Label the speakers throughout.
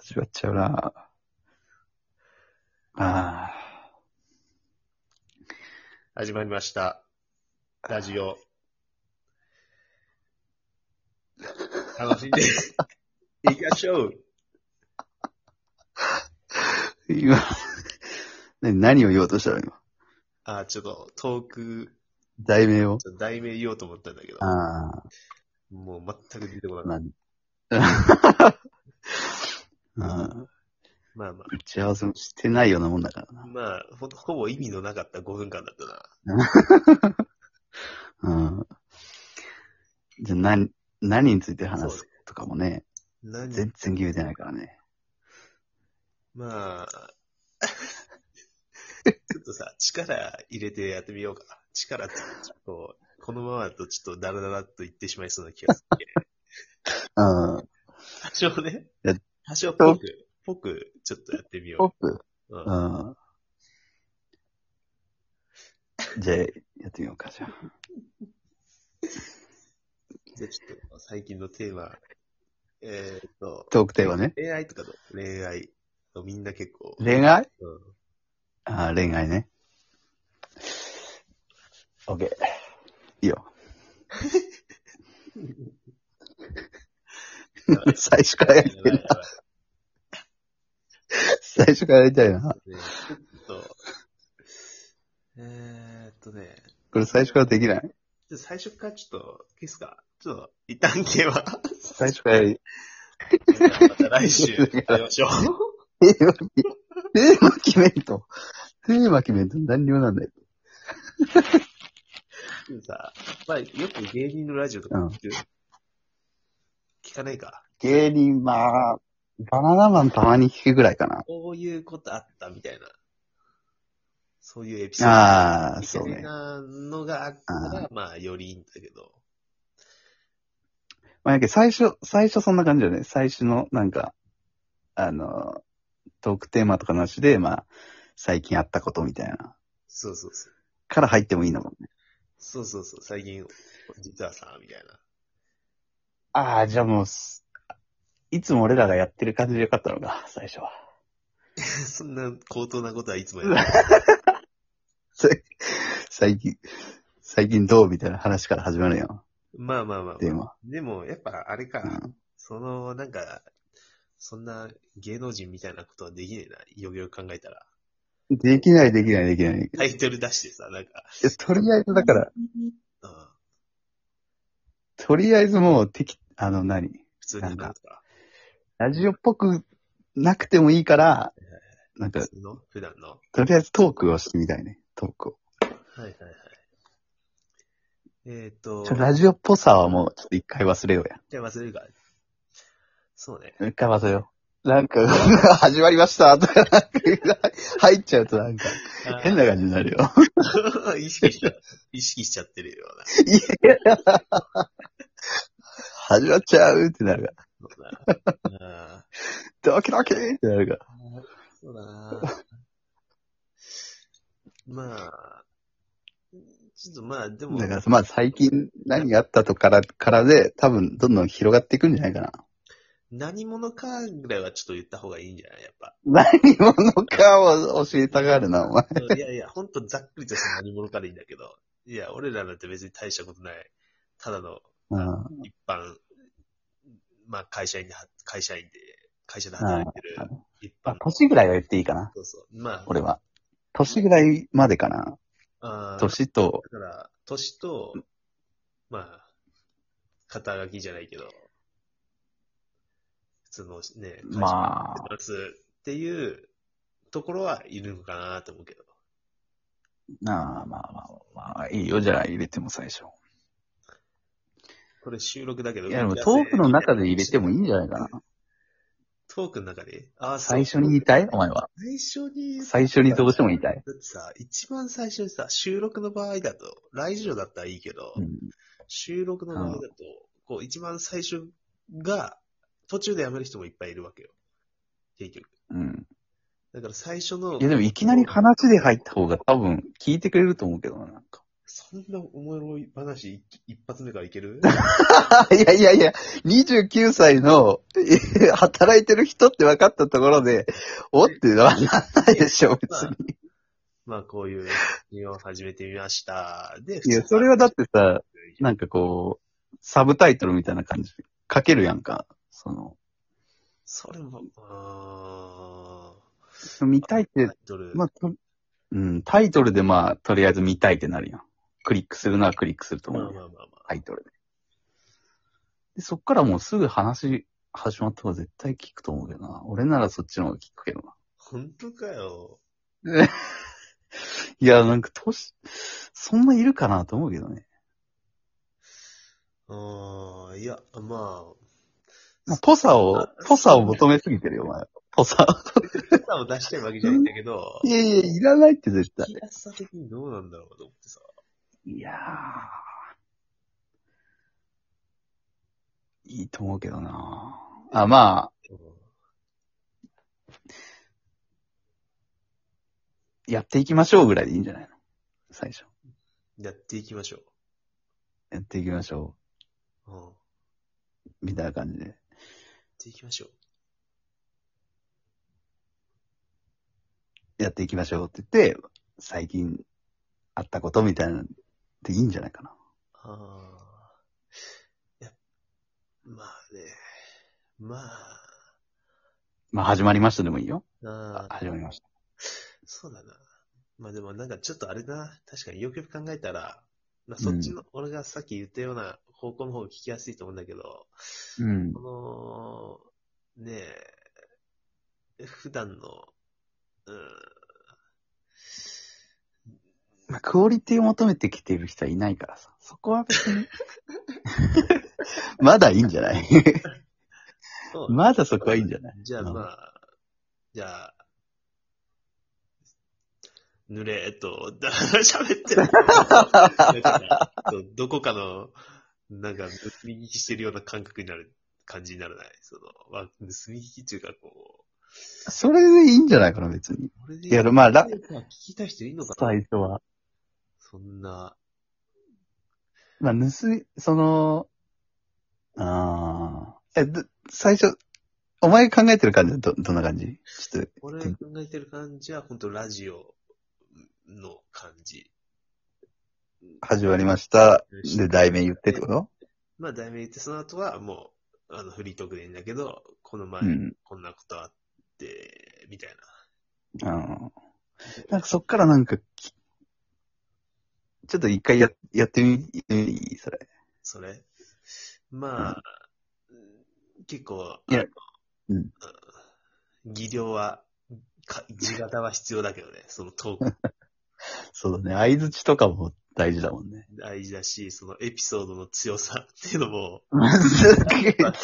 Speaker 1: 始まっちゃうな。まあ、
Speaker 2: 始まりました。ラジオ。楽しんでいきましょう。
Speaker 1: 今、 ね何を言おうとしたの今。
Speaker 2: あ、ちょっと、トーク、
Speaker 1: 題名を。
Speaker 2: ちょっと題名言おうと思ったんだけど、
Speaker 1: あ
Speaker 2: もう全く出てこな
Speaker 1: あ、
Speaker 2: かっ
Speaker 1: まあ、 うん
Speaker 2: た。まあま
Speaker 1: 打ち合わせもしてないようなもんだから
Speaker 2: あ、
Speaker 1: な。
Speaker 2: まあほ、ほぼ意味のなかった5分間だったな。
Speaker 1: うん、じゃあ、何、何について話すとかもね、
Speaker 2: 何
Speaker 1: 全然決めてないからね。
Speaker 2: まあ、 ちょっとさ、力入れてやってみようか。力って、ちょっと、このままだとちょっとダラダラっと言ってしまいそうな気がする。
Speaker 1: うん。
Speaker 2: 多少ね
Speaker 1: いや。
Speaker 2: 多少ぽく、ぽく、ちょっとやってみ
Speaker 1: ポッ
Speaker 2: よ
Speaker 1: プ
Speaker 2: う。うん
Speaker 1: うん。じゃあ、やってみようか、じゃあ。
Speaker 2: じゃあちょっと、最近のテーマ。えーっと、
Speaker 1: トークテーマね。
Speaker 2: 恋愛とかどう恋愛。みんな結構。
Speaker 1: 恋愛
Speaker 2: うん
Speaker 1: あー恋愛ね。OK。いいよ。 最初からやりたいな。最初からやりたいな。
Speaker 2: ねちょっと、えーっとね、
Speaker 1: これ最初からできない。
Speaker 2: じゃあ最初からちょっと、消すか。ちょっと、一旦テーマ。
Speaker 1: 最初からやり。
Speaker 2: また来週、やりま しょう。
Speaker 1: テーマ決め、テーマ決めんと。テーマ決めんと何にもなんだよ。
Speaker 2: でもさ、まあ、よく芸人のラジオとか聞く、聞かないか。
Speaker 1: 芸人、まあ、バナナマンたまに聞くぐらいかな。
Speaker 2: こういうことあったみたいな。そういうエピソード。
Speaker 1: ああ、そう
Speaker 2: みたい
Speaker 1: ね。
Speaker 2: なのがあったら、まあ、よりいいんだけど。
Speaker 1: まあ、やけど最初、最初そんな感じだよね。最初の、なんか、あの、トークテーマとかなしで、まあ、最近あったことみたいな。
Speaker 2: そうそうそう。
Speaker 1: から入ってもいいのもんね。
Speaker 2: そうそうそう。最近、実はさ、みたいな。
Speaker 1: ああ、じゃあもうす、いつも俺らがやってる感じでよかったのか、最初は。
Speaker 2: そんな高等なことはいつもやる。
Speaker 1: 最近、最近どうみたいな話から始まるよ。
Speaker 2: まあまあまあ、
Speaker 1: テーマ。
Speaker 2: でも、やっぱ、あれか、
Speaker 1: うん
Speaker 2: その、なんか、そんな芸能人みたいなことはできねえな。よくよく考えたら。
Speaker 1: できない、できない、できない。い
Speaker 2: タイトル出してさ、なんか、
Speaker 1: やとりあえず、だから、
Speaker 2: うん、
Speaker 1: とりあえずもう、適、あの何、
Speaker 2: 普通になんか、
Speaker 1: ラジオっぽくなくてもいいから、なんか
Speaker 2: 普、通の普段の。は
Speaker 1: とりあえずトークをしてみたいね。トークを。
Speaker 2: いはいはい。えっ、ー、と
Speaker 1: ちょ、、ラジオっぽさはもう、ちょっと一回忘れようや。
Speaker 2: じゃあ忘れるか。そ うね。
Speaker 1: 一回忘れよう。なんか、始まりましたとか、なんか入っちゃうとなんか、変な感じになるよ。
Speaker 2: あー 意識しちゃ、意識しちゃってるような。
Speaker 1: 始まっちゃうってなるから。
Speaker 2: そうだな。あ
Speaker 1: ドキドキってなるから。
Speaker 2: ーそうだな。まあ、ちょっとまあ、でも、
Speaker 1: だから、まあ最近何があったとから、からで、多分どんどん広がっていくんじゃないかな。
Speaker 2: 何者かぐらいはちょっと言った方がいいんじゃないやっぱ。
Speaker 1: 何者かを教えたがるな、お前。
Speaker 2: いやいや、ほんとざっくりとした何者かでいいんだけど。いや、俺らなんて別に大したことない。ただの
Speaker 1: うん。
Speaker 2: 一般、まあ会社員で、会社員で、会社で働いてる
Speaker 1: あー
Speaker 2: 一
Speaker 1: まあ
Speaker 2: 般、
Speaker 1: 年ぐらいは言っていいかな。
Speaker 2: そうそう。まあ、
Speaker 1: 俺は。年ぐらいまでかな。
Speaker 2: あー
Speaker 1: 年と、
Speaker 2: だから、年と、まあ、肩書きじゃないけど、普通のね、あ、
Speaker 1: まあ、
Speaker 2: っていうところはいるのかなと思うけど。
Speaker 1: なあ、まあまあ、まあ、いいよ、じゃあ入れても最初。
Speaker 2: これ収録だけど、
Speaker 1: いや、でもトークの中で入れてもいいんじゃないかな。
Speaker 2: トークの中でああ、そう
Speaker 1: 最初に言いたいお前は。
Speaker 2: 最初に、
Speaker 1: 最初にどうしても言いたい。
Speaker 2: だってさ、一番最初にさ、収録の場合だと、来場だったらいいけど、
Speaker 1: うん。
Speaker 2: 収録の場合だと、こう、一番最初が、途中でやめる人もいっぱいいるわけよ。結局。
Speaker 1: うん。
Speaker 2: だから最初の
Speaker 1: いや、でもいきなり話で入った方が多分聞いてくれると思うけどな、なんか。
Speaker 2: そそんなおもろい話一一発目からいける
Speaker 1: いやいやいや、29歳の、え働いてる人って分かったところで、おってならないでしょ、 別に。
Speaker 2: まあこういう、日を始めてみました。で、
Speaker 1: いや、それはだ
Speaker 2: っ
Speaker 1: ってさ、
Speaker 2: て
Speaker 1: なんかこう、サブタイトルみたいな感じ書けるやんか。その、
Speaker 2: それも、あ
Speaker 1: 見たいっ
Speaker 2: ー
Speaker 1: て
Speaker 2: タ、イトル。
Speaker 1: まあ、とうん、タイトルでまあ、とりあえず見たいってなるやん。クリックするならクリックすると思
Speaker 2: まあ
Speaker 1: う
Speaker 2: ま
Speaker 1: よ
Speaker 2: あ。まあまあ。
Speaker 1: タイトルで。で、そっからもうすぐ話、始まった方が絶対聞くと思うけどな。俺ならそっちの方が聞くけどな。
Speaker 2: 本当かよ。
Speaker 1: いや、なんか、年、そんないるかなと思うけどね。
Speaker 2: ああ、いや、まあ、
Speaker 1: まあ、ぽさを、ぽさを求めすぎてるよ、お前。ぽさ。
Speaker 2: 歌を出したいわけじゃないんだけど、
Speaker 1: いやいや、いらないって絶対。
Speaker 2: 気安さ的にどうなんだろうかと思ってさ。
Speaker 1: いやー。いいと思うけどなあ、まあ、やっていきましょうぐらいでいいんじゃないの最初。
Speaker 2: やっていきましょ
Speaker 1: やっていきましょ
Speaker 2: う。うん。やっ
Speaker 1: う。みたいな感じで。
Speaker 2: ていきましょう。
Speaker 1: やっていきましょうって言って、最近あったことみたいなのでいいんじゃないかな。
Speaker 2: ああ。いや、まあね。まあ、
Speaker 1: まあ、始まりましたでもいいよ。
Speaker 2: ああ、
Speaker 1: 始まりました。
Speaker 2: そうだな。まあでもなんかちょっとあれだな。確かによくよく考えたら、まあそっちの、俺がさっき言ったような方向の方が聞きやすいと思うんだけど、
Speaker 1: うん。
Speaker 2: この、ねえ、普段の、うん、
Speaker 1: まあ、クオリティを求めてきている人はいないからさ。そこは別 に。まだいいんじゃない まだそこはいいんじゃない
Speaker 2: じゃあまあ、じゃあ、濡れーっと、 だ喋ってる。なんかどどこかの、なんか、盗み聞きしてるような感覚になる、感じにならない。その、まあ、盗み聞きっていうか、こ
Speaker 1: それでいいんじゃないかな、別に
Speaker 2: う。、これで
Speaker 1: いやまあラ
Speaker 2: 聞きたい人いるのかな
Speaker 1: 最初は。
Speaker 2: そんな、
Speaker 1: まあ、盗み、その、ああ。え、ど最初、お前考えてる感じはど、どんな感じちょっと、
Speaker 2: 俺が考えてる感じは、本当ラジオの感じ。
Speaker 1: 始まりました。で、題名言ってってこと
Speaker 2: まあ、題名言って、その後はもう、あの、フリートークでいいんだけど、この前
Speaker 1: う、ん。
Speaker 2: こんなことあって、みたいな。
Speaker 1: あのなんかそっからなんかき、ちょっと一回や、やってみ、やってみいいそれ。
Speaker 2: それ。まあ、結構、
Speaker 1: いや
Speaker 2: あ
Speaker 1: う
Speaker 2: の
Speaker 1: ん
Speaker 2: 技量は、か字型は必要だけどね、そのトーク
Speaker 1: そうだね。相づちとかも大事だもんね。
Speaker 2: 大事だ し、そのエピソードの強さっていうのも、
Speaker 1: すげえ強い。
Speaker 2: ま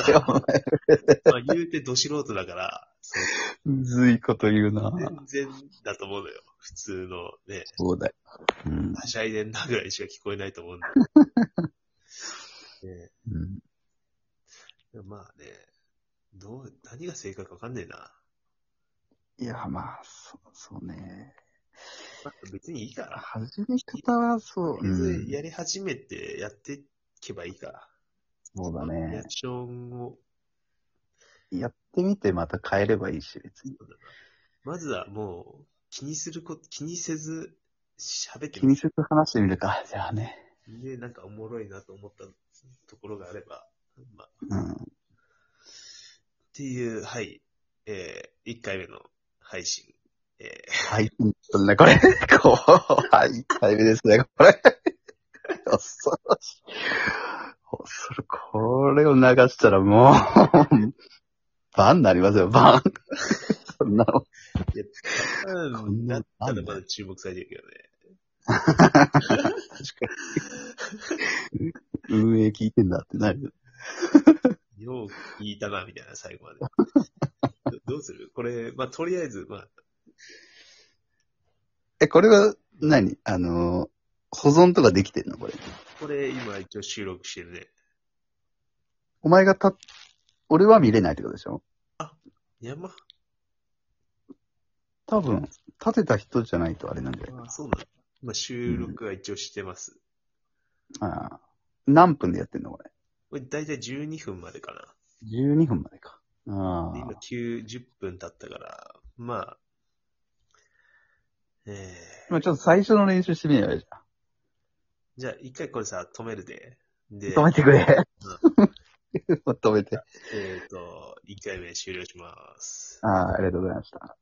Speaker 2: あ言うてど素人だから、そ
Speaker 1: むずいこと言うな
Speaker 2: う。全然だと思うのよ。普通のね、
Speaker 1: そうだよ。うん。
Speaker 2: はしゃいでんなぐらいしか聞こえないと思うんだけど。ね
Speaker 1: うん
Speaker 2: でもまあね、どう、何が正解かわかんねえな。
Speaker 1: いや、まあ、そう、そうね。
Speaker 2: まあ別にいいから。
Speaker 1: 始め方はそう。
Speaker 2: とりあえ
Speaker 1: うん
Speaker 2: ず、やり始めてやっていけばいいか。
Speaker 1: そうだ
Speaker 2: リア
Speaker 1: ね
Speaker 2: ク。ションを、
Speaker 1: やってみてまた変えればいいし、別に。
Speaker 2: まずはもう、気にすること、気にせず、喋って
Speaker 1: 気
Speaker 2: み
Speaker 1: にせず話してみるか。 じゃあね。
Speaker 2: て、なんかおもろいなと思ったところがあれば、まあ、っ
Speaker 1: うん。
Speaker 2: ていう、はい、えー、1回目の配信、え
Speaker 1: はい、そうね、これ。 こう、はい、タイムですね、これ。 恐ろしい。恐ろ、これを流したらもう、 バンになりますよ、バン。 そんなの。
Speaker 2: ー、
Speaker 1: こ
Speaker 2: うんん、
Speaker 1: な
Speaker 2: だ
Speaker 1: ん
Speaker 2: ったらまだ注目されてるけどね。
Speaker 1: 確かに。運営聞いてんだってなる。
Speaker 2: よう聞いたな、みたいな、最後まで。どどうするこれ、まあ、とりあえず、まあ、
Speaker 1: え、これは何、あの、保存とかできてんのこれ。
Speaker 2: これ、今一応収録してるね。
Speaker 1: お前がた、俺は見れないってことでしょ
Speaker 2: 山
Speaker 1: 多分、立てた人じゃないとあれなんじゃないかな
Speaker 2: あ、そうなの。まあ、収録は一応してます。
Speaker 1: ああ何分でやってんのこれ。
Speaker 2: これ大体12分までかな。
Speaker 1: 12分までか。あ
Speaker 2: で今9、10分経ったから、まあ、え
Speaker 1: あ。
Speaker 2: ー、
Speaker 1: 今ちょっと最初の練習してみようよ、じゃあ
Speaker 2: じゃあ一回これさ、止めるで。で、
Speaker 1: 止めてくれ。 止めて。
Speaker 2: えっ、と、1回目終了します。
Speaker 1: ああ、ありがとうございました。